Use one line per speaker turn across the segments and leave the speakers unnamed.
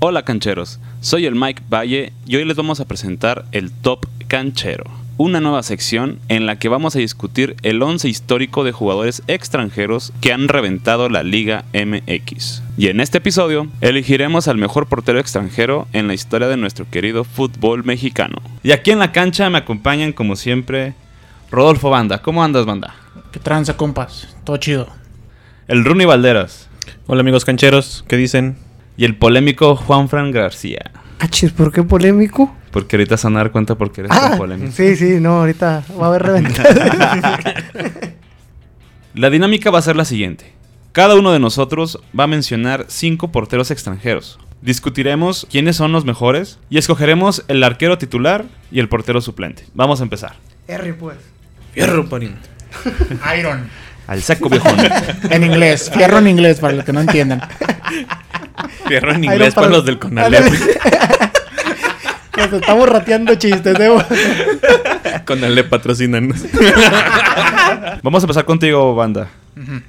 Hola cancheros, soy el Mike Valle y hoy les vamos a presentar el Top Canchero, una nueva sección en la que vamos a discutir el 11 histórico de jugadores extranjeros que han reventado la Liga MX. Y en este episodio elegiremos al mejor portero extranjero en la historia de nuestro querido fútbol mexicano. Y aquí en la cancha me acompañan como siempre Rodolfo Banda. ¿Cómo andas, Banda?
¿Qué tranza, compas? Todo chido.
El Rooney Valderas
Hola amigos cancheros, ¿qué dicen?
y el polémico Juanfran García.
Achis, Ah, ¿por qué polémico?
Porque ahorita se van a dar cuenta porque eres tan
Ah,
polémico.
sí, sí, no, ahorita va a haber reventada.
La dinámica va a ser la siguiente. Cada uno de nosotros va a mencionar cinco porteros extranjeros. Discutiremos quiénes son los mejores y escogeremos el arquero titular y el portero suplente. Vamos a empezar.
R, pues.
Fierro, pariente.
Iron.
Al saco viejón.
En inglés. Fierro en inglés, para los que no entiendan.
Fierro en
Iron
inglés para
para-
los del Conalep.
Nos estamos rateando chistes, debo.
Conalep patrocinan.
Vamos a empezar contigo, banda.
Ujú.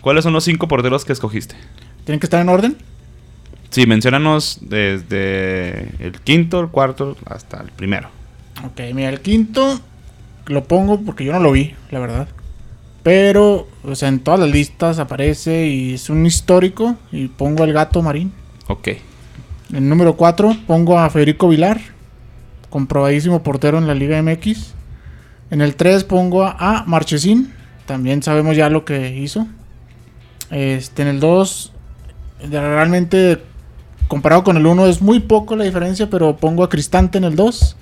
¿Cuáles son los cinco porteros que escogiste?
¿Tienen que estar en orden?
Sí, menciónanos desde el quinto, el cuarto, hasta el primero.
Ok, mira, el quinto lo pongo porque yo no lo vi, la verdad. Pero, o sea, en todas las listas aparece y es un histórico. Y pongo al gato marín.
Ok.
En el número 4 pongo a Federico Vilar, comprobadísimo portero en la Liga MX. En el 3 pongo a a Marchesín, también sabemos ya lo que hizo. Este, en el 2, realmente comparado con el 1 es muy poco la diferencia, pero pongo a Cristante en el 2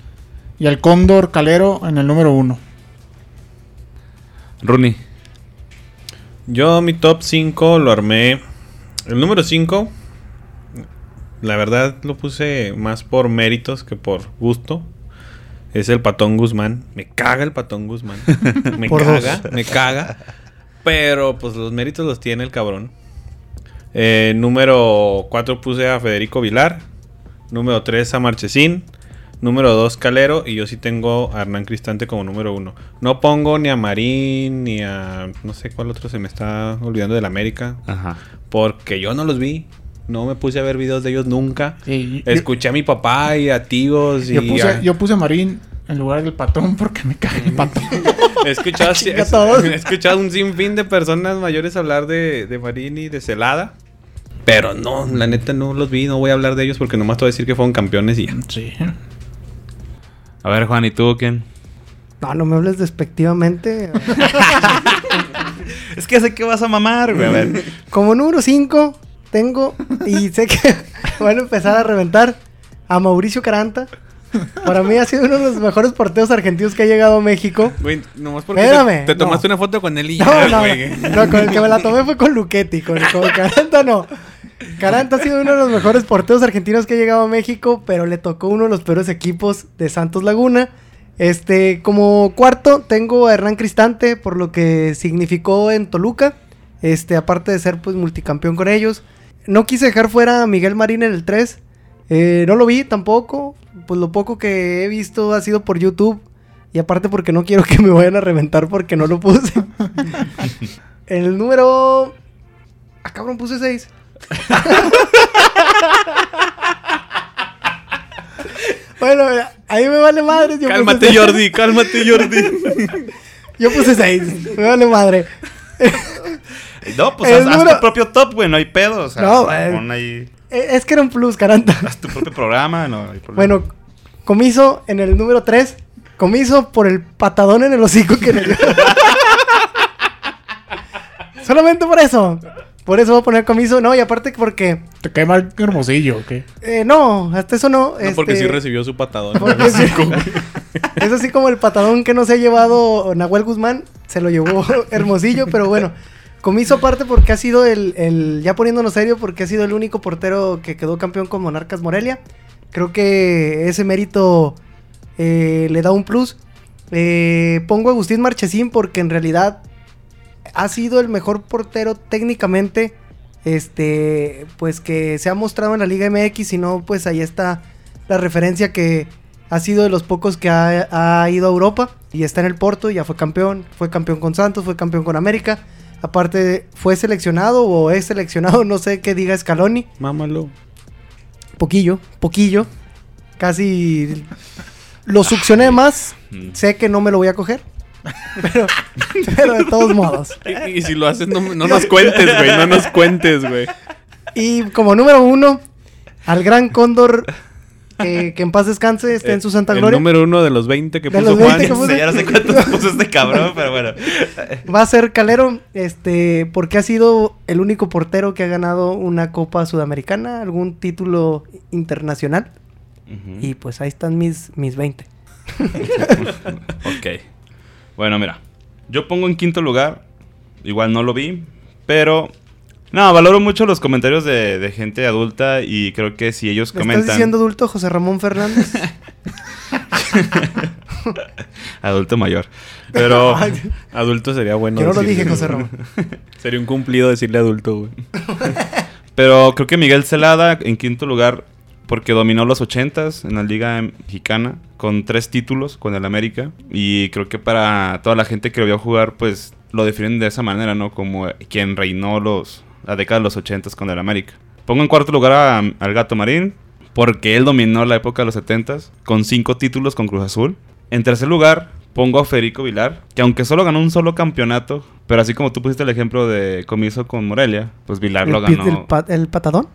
y al Cóndor Calero en el número 1.
Rooney.
Yo mi top 5 lo armé. El número 5, la verdad lo puse más por méritos que por gusto. Es el Patón Guzmán. Me caga el Patón Guzmán. Me
Por dos.
caga, me caga. Pero pues los méritos los tiene el cabrón. Eh, número 4 puse a Federico Vilar. Número 3 a Marchesín. Número 2 Calero. Y yo sí tengo a Hernán Cristante como número 1. No pongo ni a Marín ni a... No sé cuál otro se me está olvidando del América.
Ajá.
Porque yo no los vi. No me puse a ver videos de ellos nunca.
Sí, yo,
Escuché a mi papá y a tíos y
yo puse,
a-
yo puse a Marín en lugar del patón porque me cae el patón.
He escuchado, así-
Ah, Chinga todos.
he escuchado un sinfín de personas mayores hablar de, de Marín y de Celada. Pero no, la neta no los vi, no voy a hablar de ellos porque nomás te voy a decir que fueron campeones y ya.
Sí.
A ver, Juan, ¿y tú quién?
No, no me hables despectivamente.
Es que sé que vas a mamar, güey. A ver.
Como número 5 tengo, y sé que van a empezar a reventar, a Mauricio Caranta. Para mí ha sido uno de los mejores porteos argentinos que ha llegado a México.
Güey, nomás porque
Espérame,
te, te
no.
tomaste una foto con él y ya,
No, no,
güey.
no, No, con el que me la tomé fue con Luquetti, con, con Caranta no. Caranta ha sido uno de los mejores porteros argentinos que ha llegado a México, pero le tocó uno de los peores equipos de Santos Laguna. Este, como cuarto, tengo a Hernán Cristante por lo que significó en Toluca. Este, aparte de ser pues multicampeón con ellos. No quise dejar fuera a Miguel Marín en el 3. Eh, no lo vi tampoco. Pues lo poco que he visto ha sido por YouTube. Y aparte porque no quiero que me vayan a reventar porque no lo puse. el número... Ah, cabrón, puse 6. bueno, mira, ahí me vale madre. yo puse
Cálmate,
seis.
Jordi, cálmate, Jordi.
Yo puse 6. Me vale madre.
No, pues
El
haz, haz tu
número-
propio top, güey, no hay pedo. O sea,
No, eh.
pon ahí
Eh, Es que era un plus, caranta.
tu propio programa, no hay problema.
Bueno, comiso en el número 3. Comiso por el patadón en el hocico que le dio. Solamente por eso. Por eso voy a poner comiso. No, y aparte porque.
Te cae mal hermosillo, ¿o qué?
eh, no, hasta eso no.
No, porque sí
este,
recibió su patadón.
porque sí. es así como el patadón que no se ha llevado Nahuel Guzmán. Se lo llevó Hermosillo, pero bueno. Comiso aparte porque ha sido el, el- Ya poniéndonos serio, porque ha sido el único portero que quedó campeón con Monarcas Morelia. Creo que ese mérito eh, le da un plus. Eh, pongo a Agustín Marchesín porque en realidad ha sido el mejor portero técnicamente. Este, pues que se ha mostrado en la Liga MX, si no, pues ahí está la referencia que ha sido de los pocos que ha, ha ido a Europa y está en el Porto, ya fue campeón, fue campeón con Santos, fue campeón con América. Aparte, fue seleccionado o es seleccionado, no sé qué diga Scaloni.
Mámalo.
poquillo, poquillo. Casi lo succioné más.
Mm.
Sé que no me lo voy a coger. Pero, pero de todos modos.
Y, y si lo haces, no, no nos cuentes, güey. No nos cuentes, güey.
Y como número uno, al gran cóndor que, que en paz descanse, esté en su santa
Eh, el
gloria.
número uno de los 20 que
De
puso
los 20 que
Juan.
puso-
Ya no sé cuántos puso este cabrón, pero bueno.
Va a ser Calero, este, porque ha sido el único portero que ha ganado una Copa Sudamericana, algún título internacional. Y pues ahí están mis, mis 20.
Pues Ok. Bueno, mira. Yo pongo en quinto lugar. Igual no lo vi. Pero. No, valoro mucho los comentarios de, de gente adulta. Y creo que si ellos
¿Me estás
comentan.
diciendo adulto José Ramón Fernández?
Adulto mayor. Pero.
Adulto sería bueno.
Yo no lo
decirle, güey.
dije, José Ramón.
Sería un cumplido decirle adulto, güey.
Pero creo que Miguel Celada en quinto lugar porque dominó los 80s en la liga mexicana con tres títulos con el América y creo que para toda la gente que lo vio jugar pues lo definen de esa manera, ¿no? Como quien reinó los la década de los 80s con el América. Pongo en cuarto lugar a- al Gato Marín porque él dominó la época de los 70s con cinco títulos con Cruz Azul. En tercer lugar, pongo a Federico Vilar, que aunque solo ganó un solo campeonato, pero así como tú pusiste el ejemplo de comiso con Morelia, pues Vilar lo
¿El, pit- el
ganó.
pa- el patadón?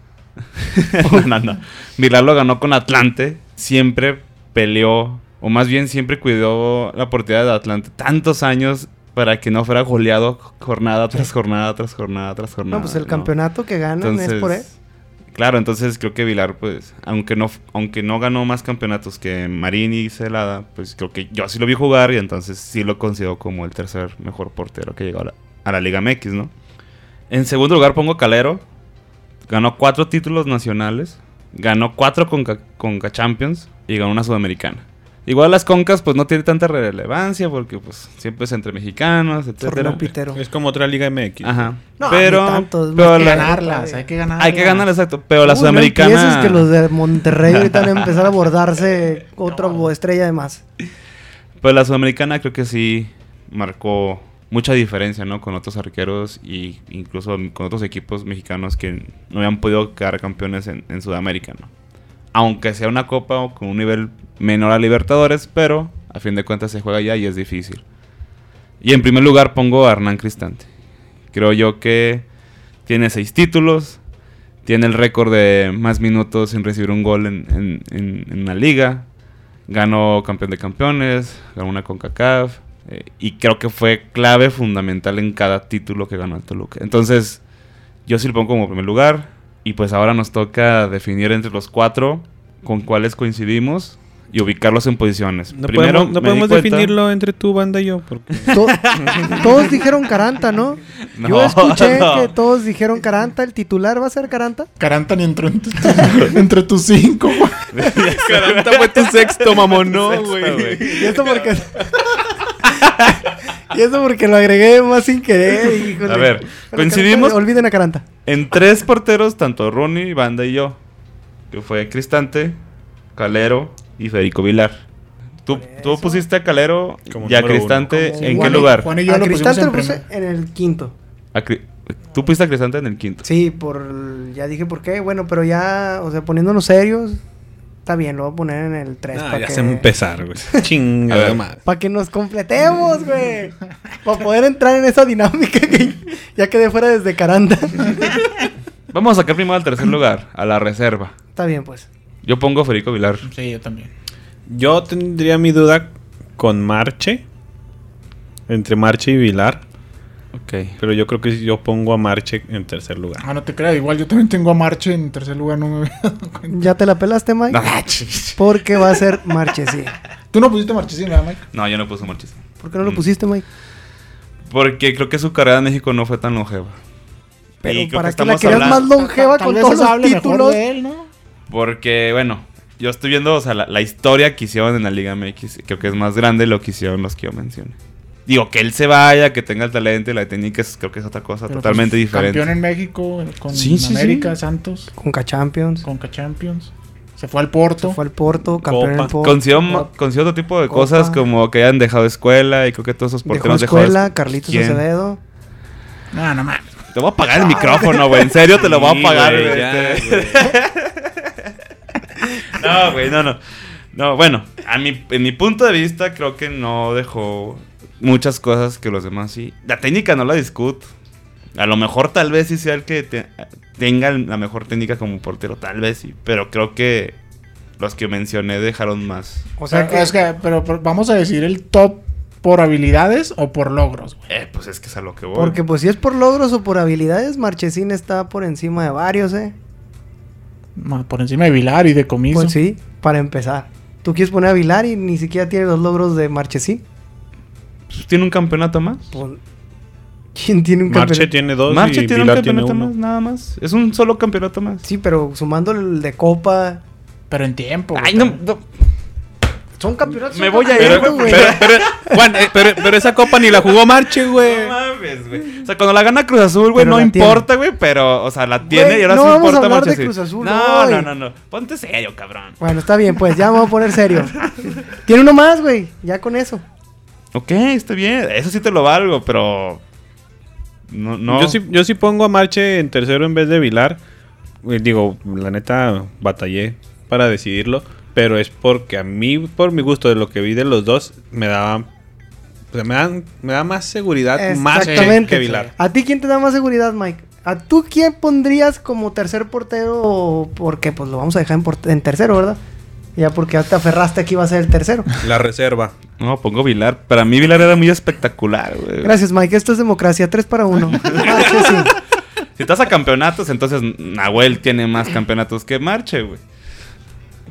no, no. Vilar lo ganó con Atlante, siempre peleó, o más bien siempre cuidó la portería de Atlante tantos años para que no fuera goleado jornada tras jornada, tras jornada, tras jornada.
No, pues el campeonato que ganan es por él.
Claro, entonces creo que Vilar, pues, aunque no, aunque no ganó más campeonatos que Marini y Celada, pues creo que yo sí lo vi jugar y entonces sí lo considero como el tercer mejor portero que llegó a la, a la Liga MX, ¿no? En segundo lugar pongo Calero. Ganó cuatro títulos nacionales. Ganó cuatro Conca, Conca Champions y ganó una Sudamericana. Igual las concas, pues no tiene tanta relevancia porque, pues, siempre es entre mexicanos, etcétera.
Torneo pitero.
Es como otra Liga MX.
Ajá.
No,
pero,
ni tanto, es
pero
más que
la-
ganar.
ganarlas, hay que ganarlas.
hay que ganar, exacto. Pero la
Uy, no
sudamericana.
empieces que los de Monterrey ahorita van a empezar a abordarse otra estrella de más.
Pero la sudamericana creo que sí marcó mucha diferencia, ¿no? Con otros arqueros y incluso con otros equipos mexicanos que no habían podido quedar campeones en, en Sudamérica, ¿no? Aunque sea una copa o con un nivel menor a Libertadores, pero a fin de cuentas se juega ya y es difícil. Y en primer lugar pongo a Hernán Cristante. Creo yo que tiene seis títulos, tiene el récord de más minutos sin recibir un gol en, en- en- en una liga, ganó campeón de campeones, ganó una CONCACAF eh, y creo que fue clave fundamental en cada título que ganó el Toluca. Entonces, yo sí lo pongo como primer lugar y pues ahora nos toca definir entre los cuatro con cuáles coincidimos y ubicarlos en posiciones.
No
Primero,
podemos, no
me di
podemos
cuenta-
definirlo entre tu banda y yo. Porque...
To- todos dijeron Caranta, ¿no? Yo
No,
escuché
no.
que todos dijeron Caranta. ¿El titular va a ser Caranta?
Caranta ni entró entre, tus- entre tus cinco, güey.
Caranta fue tu sexto, mamón. No, güey.
Y eso porque... y eso porque lo agregué más sin querer. híjole.
A ver,
Bueno,
¿coincidimos?
Caranta, olviden a Caranta.
En tres porteros, tanto Rooney, Banda y yo. Que fue Cristante, Calero y Federico Vilar. Tú, tú pusiste a Calero
Como
y a
número uno.
Cristante
Como
en
Juan
qué
y-
lugar?
Juan y yo
A
lo pusimos
Cristante
en
lo puse
primer.
en el quinto.
A Cri- tú pusiste a Cristante en el quinto.
Sí, por... Ya dije por qué. Bueno, pero ya... O sea, poniéndonos serios... Está bien, lo voy a poner en el 3.
ya se empezar, güey.
A
Chinga,
ver.
madre.
Para que nos completemos, güey. Para poder entrar en esa dinámica que ya quedé fuera desde Caranda.
Vamos a sacar primero al tercer lugar, a la reserva.
Está bien, pues.
Yo pongo a Federico Vilar.
Sí, yo también.
Yo tendría mi duda con Marche. Entre Marche y Vilar.
Ok.
Pero yo creo que yo pongo a Marche en tercer lugar.
Ah, no te creas, igual yo también tengo a Marche en tercer lugar, no me había dado cuenta.
Ya te la pelaste, Mike. Porque va a ser Marchesí.
Tú no pusiste Marchesín, ¿verdad, Mike?
No, yo no puse Marchesín.
¿Por qué no lo
Mm.
pusiste, Mike?
Porque creo que su carrera en México no fue tan longeva.
Pero
Y creo
para
que
que la
estamos
querías
hablando-
más longeva
Tal
con
vez
todos
se
los
hable mejor
títulos.
de él, ¿no?
Porque, bueno, yo estoy viendo, o sea, la, la historia que hicieron en la Liga MX. y Creo que es más grande lo que hicieron los que yo mencioné. Digo, que él se vaya, que tenga el talento y la técnica, es- creo que es otra cosa
Pero,
totalmente
pues,
diferente.
Campeón en México, con
Sí, sí, sí.
América, Santos,
Conca Champions.
Conca Champions. Se fue al Porto.
Se fue al Porto, campeón en
Copa.
el Porto.
Considero, ma- considero otro tipo de
Copa.
cosas como que hayan dejado escuela y creo que todos esos
Dejó
porteros dejaron
escuela,
es-
Carlitos
¿Quién?
Acevedo.
No, no mames.
Te voy a pagar el micrófono, güey. En serio, te lo voy a
Sí,
pagar,
güey,
güey,
ya,
este.
güey.
No, güey, no, no. No, bueno, a mi, en mi punto de vista creo que no dejó muchas cosas que los demás sí. La técnica no la discuto. A lo mejor tal vez sí sea el que te- tenga la mejor técnica como portero, tal vez sí. Pero creo que los que mencioné dejaron más.
O sea
pero,
que,
es que, pero, pero vamos a decir el top por habilidades o por logros, güey.
Eh, pues es que es a lo que voy.
Porque pues si es por logros o por habilidades, Marchesín está por encima de varios, ¿eh?
Más Por encima de Vilar y de Comiso.
Pues sí, para empezar. Tú quieres poner a Vilar y ni siquiera tiene los logros de Marchesín.
Pues, ¿Tiene un campeonato más?
Pues, ¿Quién tiene un
Marche
campeonato?
tiene dos
Marche
y
tiene
Vilar
un
tiene
campeonato
uno.
más, nada más. Es un solo campeonato más.
Sí, pero sumando el de Copa.
Pero en tiempo. güey.
Ay, no, no.
Son campeonatos.
Me
son
voy a ir,
campeonatos,
Pero,
güey.
pero- pero- Juan, eh, pero- pero esa copa ni la jugó Marche, güey.
No mames, güey. O sea, cuando la gana Cruz Azul, güey,
Pero
no
la tiene.
importa, güey, pero, o sea, la tiene
Güey,
y ahora
no
sí
vamos a
importa
hablar de
Manchester.
Cruz Azul
No,
hoy.
no, no, no. Ponte serio, cabrón.
Bueno, está bien, pues ya me voy a poner serio. Tiene uno más, güey. Ya con eso.
Ok, está bien. Eso sí te lo valgo, pero. No, no.
Yo, sí, yo sí pongo a Marche en tercero en vez de Vilar. Eh, Digo, la neta, batallé para decidirlo. Pero es porque a mí, por mi gusto, de lo que vi de los dos, me daba. o sea, me, dan, me da más seguridad más
eh,
que,
Exactamente.
que Vilar.
¿A ti quién te da más seguridad, Mike? ¿A tú quién pondrías como tercer portero? Porque pues lo vamos a dejar en, porte- en tercero, ¿verdad? Ya porque ya te aferraste aquí va a ser el tercero.
La reserva.
No, pongo Vilar. Para mí, Vilar era muy espectacular, güey.
Gracias, Mike. Esto es democracia. Tres para uno. Marche, sí.
Si estás a campeonatos, entonces Nahuel tiene más campeonatos que Marche, güey.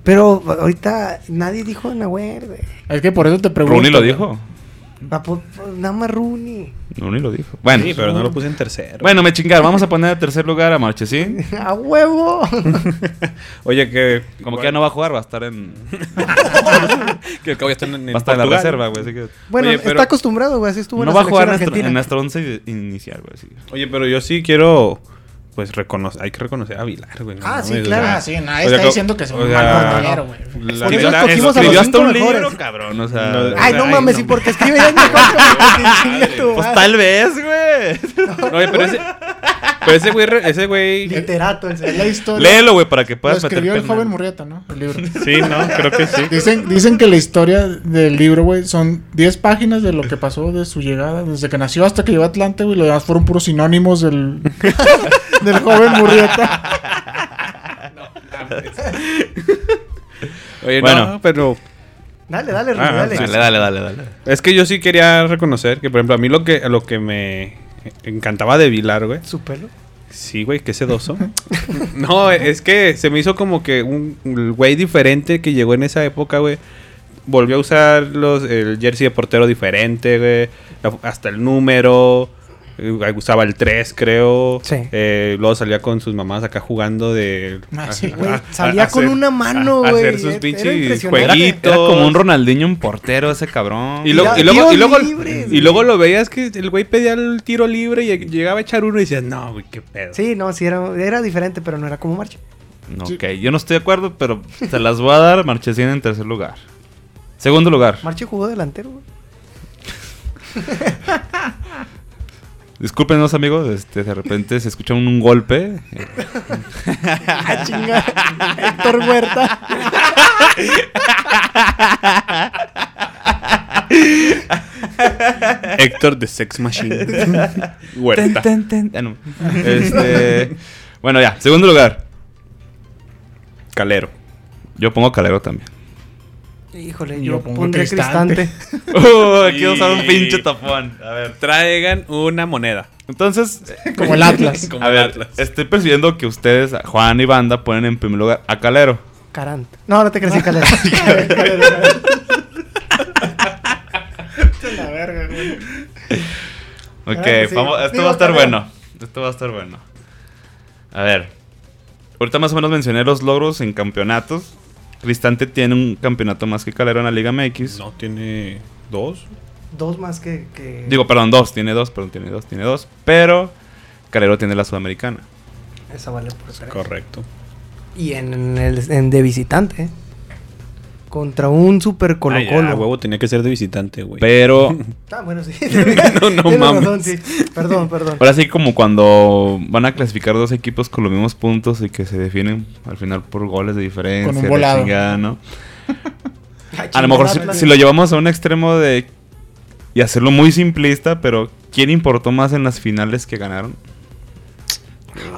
Pero ahorita nadie dijo a Nahuel, güey.
Es que por eso te pregunto.
Rooney lo
güey.
dijo.
Va po- po- Nada más Rooney.
Rooney lo dijo. Bueno.
sí, pero no lo puse en tercero.
Bueno, me chingaron. Vamos a poner en tercer lugar a Marche, ¿sí?
¡A huevo!
Oye, que.
Como que ya no va a jugar, va a estar en.
Que el cabo ya está en, en
va a estar en la
Portugal.
reserva, güey. Así que.
Bueno,
Oye, pero-
está acostumbrado, güey. Así estuvo en
No
la
va a jugar
selección
en nuestro- en
argentina.
nuestro once i- inicial, güey. sí.
Oye, pero yo sí quiero. Pues reconocer, hay que reconocer a Vilar, güey. no
Ah, sí,
mames, o
claro.
sea,
Ah, sí, nadie
o sea,
está
que-
diciendo que es
o
un
sea,
mal portero, güey.
la
Por eso
neta-
escogimos a los
Escribió hasta
cinco
un libro,
mejores.
cabrón. O sea.
No,
Ay, no
Ay,
mames,
no
sí, porque escribe ya mejor que Marchesín, tu
Pues
madre.
tal vez, güey.
Oye, pero ese, pero ese güey, re- ese güey,
Literato, el
Es la
señor.
historia.
Léelo, güey, para que
Lo
puedas meter
escribió el
pena.
joven Murrieta, ¿no? El libro.
sí, no, creo que sí.
Dicen, dicen que la historia del libro, güey, son 10 páginas de lo que pasó de su llegada, desde que nació hasta que llegó a Atlante, güey. Lo demás fueron puros sinónimos del, del joven Murrieta.
Oye,
Bueno.
no, pero
Dale, dale, Rubén,
Ah,
dale.
sí,
Dale, dale, dale, dale.
es que yo sí quería reconocer que, por ejemplo, a mí lo que, lo que me encantaba de Vilar, güey,
Su pelo.
sí, güey, qué sedoso. no, es que se me hizo como que un un güey diferente que llegó en esa época, güey. Volvió a usar los, el jersey de portero diferente, güey. la- Hasta el número. eh, Usaba el 3, creo.
Sí.
Eh, luego salía con sus mamás acá jugando de.
Ah, sí,
Güey,
a-
salía
a-
con
hacer-
una mano,
a- a
güey.
hacer sus
Era
pinches
impresionante.
Era,
jueguitos.
era como un Ronaldinho, un portero ese cabrón.
Y,
Y
luego-
la-
y luego, y,
tiros
luego,
libres,
y luego lo veías que el güey pedía el tiro libre y llegaba a echar uno y decías, no, güey, qué pedo.
Sí, no, sí, era, era diferente, pero no era como marcha.
No, Ok, yo no estoy de acuerdo, pero se las voy a dar Marchesín en tercer lugar. Segundo lugar.
Marcha jugó delantero, güey.
Discúlpenos, amigos, este, de repente se escucha un, un golpe. Eh,
Ah, chinga. Héctor Huerta.
Héctor de Sex Machine. Huerta.
Ten, ten, ten. Ah, no. Este, bueno, ya, segundo lugar.
Calero.
Yo pongo Calero también.
Híjole,
Yo
yo,
pongo
pondría
Cristante.
cristante.
Uh, aquí vamos a dar un pinche tapón. A ver.
Traigan una moneda.
Entonces,
Como el Atlas.
Como
a
el
ver,
Atlas.
estoy percibiendo que ustedes, a Juan y Banda, ponen en primer lugar a Calero.
Carant. No, no te creas, sí, Calera. Calera, Calera.
La verga, güey.
Ok,
Claro que sí.
vamos- esto
Digo,
va a estar
Calero.
bueno. Esto va a estar bueno. A ver. Ahorita más o menos mencioné los logros en campeonatos. Cristante tiene un campeonato más que Calero en la Liga MX.
No tiene dos.
Dos más que. que...
Digo, perdón, dos. Tiene dos, perdón, tiene dos, tiene dos. Pero Calero tiene la Sudamericana.
pues,
Esa vale por tres.
Correcto.
Y en, el, en de visitante. Contra un super Colo
Ah, ya,
Colo.
huevo tenía que ser de visitante, güey.
Pero
Ah, bueno, sí.
No, no
Tienes
mames.
razón, sí. Perdón, perdón.
ahora sí como cuando van a clasificar dos equipos con los mismos puntos y que se definen al final por goles de diferencia.
Con un
la
volado.
chingada, ¿no?
Ay,
A lo mejor si,
chingada,
si lo llevamos a un extremo de... Y hacerlo muy simplista, pero ¿quién importó más en las finales que ganaron?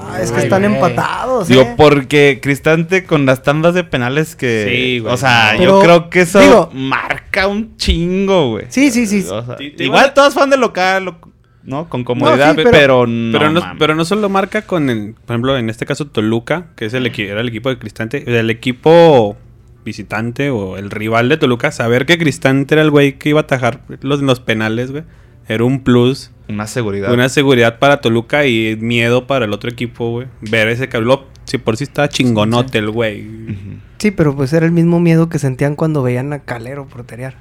Ah, es que
Ay,
están
güey.
empatados.
Digo,
eh.
porque Cristante con las tandas de penales que...
Sí, güey.
O sea,
Pero,
yo creo que eso
digo-
marca un chingo, güey.
Sí, sí, sí.
O sea,
Te- te
igual
iban a-
todos fan de local, lo- ¿no? Con comodidad,
No, sí, pero-
pero, no
pero, no,
mames.
pero no solo marca con el, por ejemplo, en este caso Toluca, que es el equi- era el equipo de Cristante, o sea, el equipo visitante o el rival de Toluca, saber que Cristante era el güey que iba a atajar los, los penales, güey, era un plus,
Una seguridad.
una seguridad para Toluca y miedo para el otro equipo, güey. Ver ese cabrón, si por sí estaba chingonote el güey.
Ujú.
Sí, pero pues era el mismo miedo que sentían cuando veían a Calero porterear.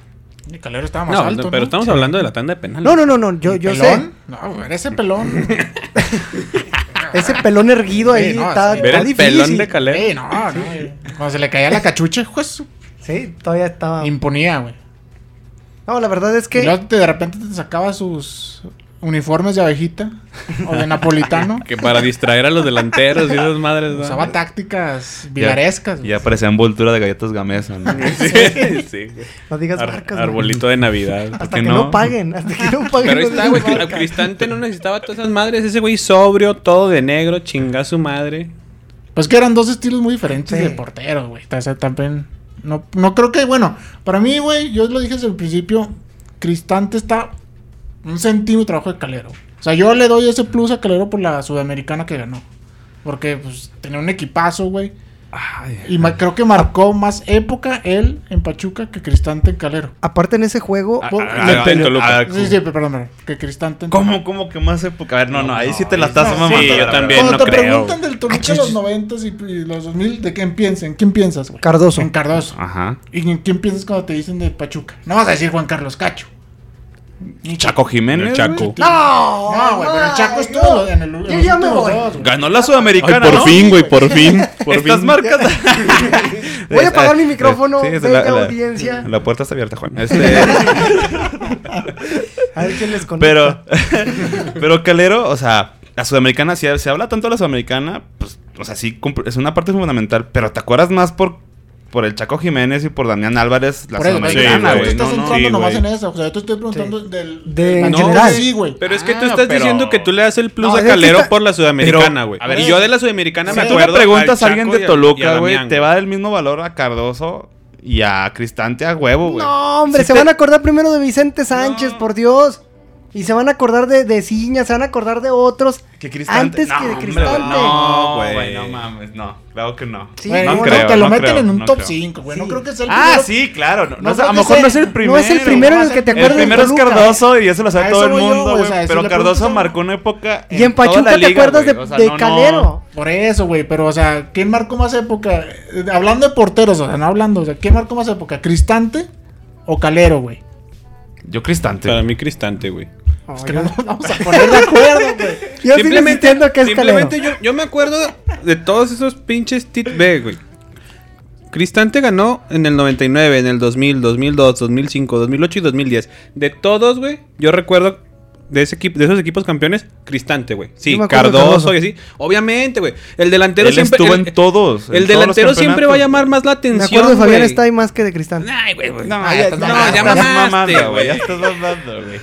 El calero estaba más
No,
alto.
pero estamos hablando de la tanda de penales.
No, no, no, no. Yo, yo sé.
¿Pelón? No, güey, ese pelón.
Ese pelón erguido ahí
Sí, no,
está,
sí.
Ver
está
el
difícil.
pelón de Calero.
Sí, no, no. güey. Cuando se le caía la cachucha, juez,
Sí, todavía
Ah.
estaba.
imponía, güey.
No, la verdad es
Y
que.
luego te- de repente te sacaba sus uniformes de abejita o de napolitano.
Que para distraer a los delanteros y esas madres, ¿no?
Usaba tácticas vilarescas. güey.
Ya parecían envoltura de galletas gamesa, ¿no?
Sí, sí, güey.
No digas
Ar-
marcas. güey.
arbolito de Navidad.
Hasta
¿por
que
qué
no?
no?
paguen. Hasta que no paguen.
Pero ahí
no
está, güey.
digas
El
marca.
Cristante no necesitaba todas esas madres. Ese güey sobrio, todo de negro, chinga a su madre.
Pues que eran dos estilos muy diferentes
Sí.
de porteros, güey. O sea, también. No, no creo que, bueno, para mí, güey, yo lo dije desde el principio, Cristante está un centímetro abajo de Calero. O sea, yo le doy ese plus a Calero por la sudamericana que ganó. Porque, pues, tenía un equipazo, güey. Y ma- creo que marcó más época él en Pachuca que Cristante en Calero.
Aparte en ese juego.
Ah,
vos-
ah,
le
ah,
peleó-
Toluca.
Sí, sí, sí, perdón, perdón, que Cristante en
¿Cómo, cómo que más época? A ver, no, no, ahí sí te la estás
no,
mamando.
sí, yo
la verdad.
también.
Cuando
no
te
creo.
preguntan del Toluca de los 90 y, y los 2000, ¿de quién piensan? ¿Quién piensas, güey?
Cardoso.
En Cardoso.
Ajá.
¿Y en quién piensas cuando te dicen de Pachuca? No vas a decir Juan Carlos Cacho. Ni
Chaco Jiménez.
El
güey.
Chaco.
No,
No, güey, pero el Chaco estuvo en el
Yo ya me voy.
Ganó la Sudamericana.
Ay, por
¿no?
fin, güey, por fin. Por
Estas
fin.
marcas.
Voy a apagar mi
Eh,
micrófono.
sí, es
venga,
la- la-
audiencia.
La puerta está abierta, Juan. Este,
A ver quién les conoce.
pero, pero Calero, o sea, la sudamericana, si se habla tanto de la sudamericana, pues, o sea, sí, compr- es una parte fundamental, pero te acuerdas más por, por el Chaco Jiménez y por Damián Álvarez, la
Por eso, güey,
Sí,
sudamericana,
pero tú
güey.
te estás
No, no,
entrando
sí,
nomás
güey.
en eso. O sea, yo te estoy preguntando del.
De-
del
en
Pachuca,
general.
Sí, güey.
Pero es que tú
Ah,
estás
pero-
diciendo que tú le das el plus
No,
a
es que
Calero
está-
por la sudamericana,
Pero,
güey.
a ver,
Y yo de la sudamericana me
Si tú
acuerdo.
le preguntas a
al
alguien
Chaco
de
y a- y
Toluca,
a
güey,
Damián,
te va a dar el mismo valor a Cardoso y a Cristante a huevo, güey.
No, hombre,
Sí
se
te-
van a acordar primero de Vicente Sánchez, por Dios. Y se van a acordar de, de Ciña, se van a acordar de otros.
Que Cristante-
Antes
No,
que de
hombre,
Cristante.
güey, No,
güey.
güey, no mames, no. Claro que no.
Sí,
Güey,
no
no,
creo,
te lo
no
meten
creo,
en un
no
top
creo.
5, güey. No
Sí.
creo que sea el
Ah,
primero.
sí, claro. No,
No
o sea, a
creo
lo
que
mejor
sea-
no es el primero.
No es el primero en el que te
El
acuerdas. de
primero es
Toluca.
Cardoso y ya se lo sabe
A
todo
eso
el
voy yo,
mundo,
güey, o
güey.
sea, si
pero
le
Cardoso
preguntas a-
marcó una época.
Y en
toda la
Pachuca te
liga,
acuerdas de,
güey, o sea,
de
no, no.
Calero.
Por eso, güey. Pero, o sea, ¿quién marcó más época? Eh, Hablando de porteros, o sea, no hablando. O sea, ¿quién marcó más época? ¿Cristante o Calero, güey?
Yo Cristante.
Para mí, Cristante, güey.
Es que no nos vamos a poner de acuerdo, güey.
Yo sí les entiendo que es Calero.
simplemente yo, yo me acuerdo de todos esos pinches tit B, güey. Cristante ganó en el 99, en el 2000, 2002, 2005, 2008 y 2010. De todos, güey, yo recuerdo de ese equipo, de esos equipos campeones, Cristante, güey.
Yo
Sí,
me acuerdo de
Cardoso
Cardoso.
y así. Obviamente, güey. El delantero
Él
siempre
estuvo
el,
en todos. en
el
todos los
delantero siempre va
campeonatos.
a llamar más la
Me
atención,
acuerdo de Fabián
güey.
está ahí más que de Cristal.
Ay, güey, güey.
No,
Ay,
ya, estás
no,
mamando,
ya
estás
mamaste,
mamando,
güey.
güey. Ya estás mamando, güey.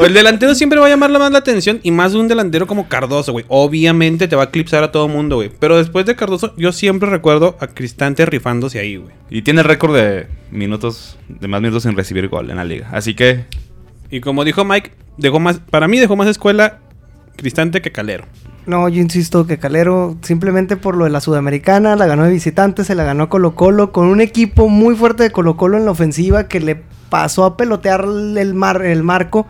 O el delantero siempre va a llamar la más la atención y más un delantero como Cardoso, güey. Obviamente te va a eclipsar a todo mundo, güey. Pero después de Cardoso, yo siempre recuerdo a Cristante rifándose ahí, güey.
Y tiene récord de minutos, de más minutos sin recibir gol en la liga. Así que
Y como dijo Mike, dejó más, para mí dejó más escuela Cristante que Calero.
No, yo insisto que Calero, simplemente por lo de la Sudamericana, la ganó de visitante, se la ganó Colo Colo, con un equipo muy fuerte de Colo Colo en la ofensiva que le pasó a pelotear el, mar, el marco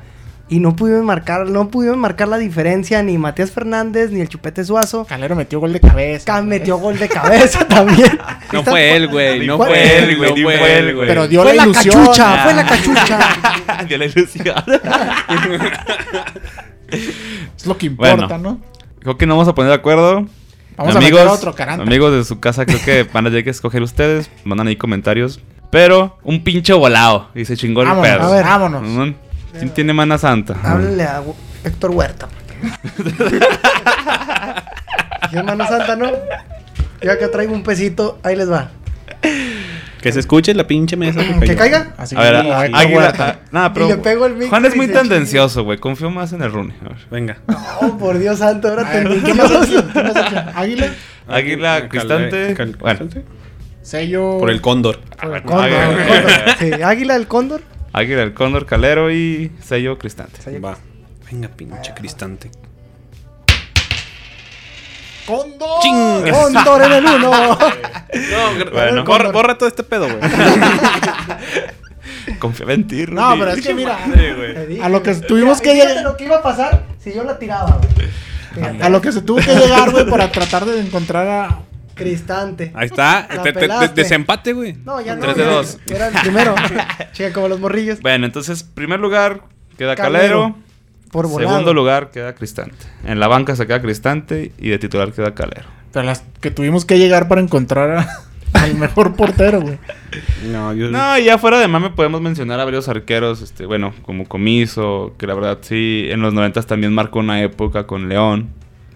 y no pudieron marcar, no pudieron marcar la diferencia ni Matías Fernández ni el Chupete Suazo.
Calero metió gol de cabeza.
Can
güey.
metió gol de cabeza también.
No fue él, güey. No
¿Cuál?
fue él, güey.
Ni
No fue él, güey.
Pero dio
Fue
la
la
ilusión. Ah.
cachucha, fue la cachucha.
dio la ilusión.
Es lo que importa,
Bueno.
¿no?
Creo que no vamos a poner de acuerdo.
Vamos a meter otro, caramba.
Amigos de su casa, creo que van a tener que escoger ustedes. Mandan ahí comentarios. Pero un pinche volado. Y se chingó el
Vámonos,
pedo.
a ver, vámonos.
Mm, ¿Quién tiene mana santa?
Háblenle a Hu- Héctor Huerta. Yo, hermano Santa, ¿no? Yo acá traigo un pesito, ahí les va.
Que se escuche la pinche mesa.
Que caiga.
Así
a ver,
como
a-
Héctor
Águila-
Huerta.
a- nada, pero
le pego el micro
Juan es
y
muy
se
tendencioso, güey. Confío más en el Rune. A ver.
Venga.
Oh, por Dios santo, ahora
A ver,
te
¿qué más opción? ¿Qué más opción? Águila,
Águila, cristante.
Cal-
Bueno,
Oh.
sello.
Por el cóndor.
Ah,
Ah,
por el
Cóndor,
Águila.
el cóndor. Sí, águila del cóndor.
águila, el cóndor, calero y sello cristante.
Va. Venga, pinche cristante.
Cóndor.
Chingas.
Cóndor en el uno.
No,
Bueno.
borra, borra todo este pedo, güey.
Confío en ti, Rune.
No, pero es que mira,
Te dije,
A lo que
güey.
tuvimos
Mira,
que
fíjate
llegar-
lo que iba a pasar si yo la tiraba, güey. Fíjate.
a lo que se tuvo que llegar, güey, para tratar de encontrar a.
Cristante.
Ahí está.
La
Te- te- te-
pelaste.
desempate, güey.
No, ya no.
Tres de
ya-
dos.
Era el primero. Chica, como los morrillos.
Bueno, entonces, primer lugar queda
Calero.
calero.
Por volado.
Segundo lugar queda cristante. En la banca se queda cristante y de titular queda calero.
Pero las que tuvimos que llegar para encontrar a- al mejor portero, güey.
No, yo.
No, y ya fuera de mame podemos mencionar a varios arqueros, este, bueno, como Comiso, que la verdad sí, en los 90 también marcó una época con León.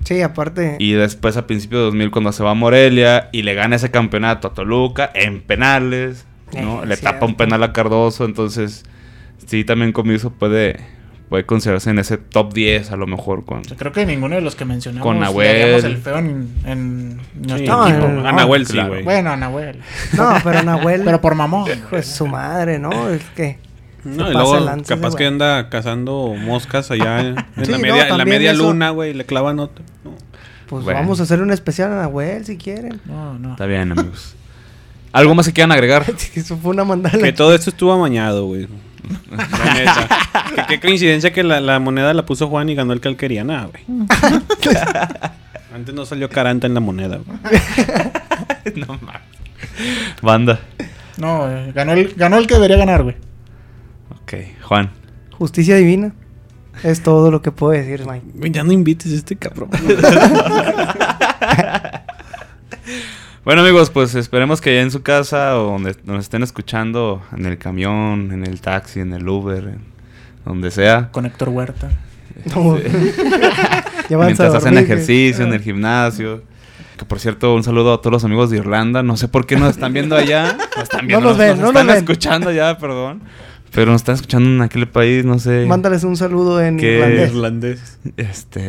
Sí, aparte.
Y después a principios de 2000 cuando se va a Morelia y le gana ese campeonato a Toluca en penales, ¿no?
Eh,
le
cierto.
tapa un penal a Cardoso, entonces sí también Comiso puede, puede considerarse en ese top 10 a lo mejor con...
Yo creo que ninguno de los que mencionamos
Con
le
Nahuel.
haríamos el feo en, en nuestro
No, eh.
equipo.
no,
güey.
a Nahuel sí,
Ah, claro.
güey.
Bueno, a Nahuel.
No, pero Nahuel.
Pero por mamón.
Hijo de su madre, ¿no? Es que.
No,
se
y
pasa
luego
de lanza
capaz
ese
que
güey.
anda cazando moscas allá en, en
Sí,
la
no,
media, en la
también
media
eso.
luna, güey. y Le clavan otro. No.
Pues
Bueno.
vamos a hacer un especial a Nahuel si quieren.
No, no.
Está bien, amigos. ¿Algo más que quieran agregar?
Eso fue una mandala.
Que todo esto estuvo amañado, güey. La neta. Que- Qué coincidencia que la, la moneda la puso Juan y ganó el Calqueriana, güey. Antes no salió Caranta en la moneda, güey.
no mames. Banda.
No, eh, ganó el, ganó el que debería ganar, güey.
Ok, Juan.
Justicia divina. Es todo lo que puedo decir, Mike.
Güey, Ya no invites a este cabrón.
Bueno amigos, pues esperemos que allá en su casa o donde nos estén escuchando, en el camión, en el taxi, en el Uber, en donde sea, este,
Con Héctor Huerta.
No. Ya van
mientras
a
hacen
dormir,
ejercicio, en
güey. Ah.
el gimnasio. Que por cierto, un saludo a todos los amigos de Irlanda. No sé por qué nos están viendo allá. Nos están
No
viendo,
nos ven, no nos
están
ven.
escuchando allá, perdón. Pero nos están escuchando en aquel país, no sé.
Mándales un saludo en
Que-
irlandés.
Irlandés.
Este,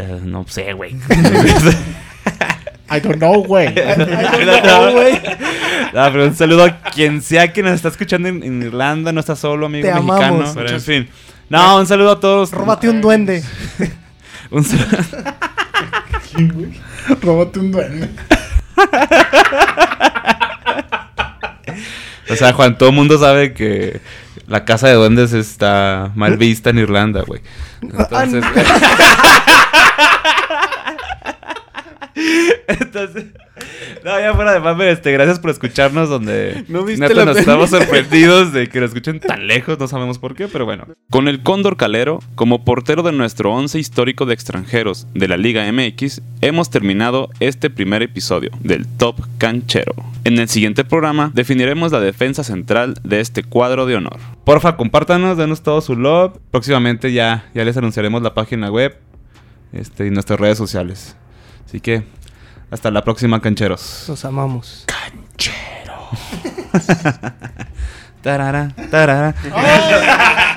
eh, no sé, güey.
I don't know, güey.
no, pero un saludo a quien sea que nos está escuchando en, en Irlanda, no está solo, amigo
Te
mexicano.
amamos.
Pero en fin. No, un saludo a todos.
Róbate un duende.
Un saludo.
Róbate un duende.
O sea, Juan, todo el mundo sabe que la casa de duendes está mal vista en Irlanda, güey. Entonces.
Ah,
Entonces. No, ya fuera de mame, este, gracias por escucharnos donde
¿No viste
neta,
la
nos
peli?
estamos sorprendidos de que lo escuchen tan lejos, no sabemos por qué, pero bueno.
Con el Cóndor Calero como portero de nuestro once histórico de extranjeros de la Liga MX, hemos terminado este primer episodio del Top Canchero. En el siguiente programa definiremos la defensa central de este cuadro de honor.
Porfa, compártanos, denos todo su love. Próximamente ya, ya les anunciaremos la página web este, y nuestras redes sociales. Así que, hasta la próxima, cancheros.
Los amamos.
Tarara, tarara.
¡Ay!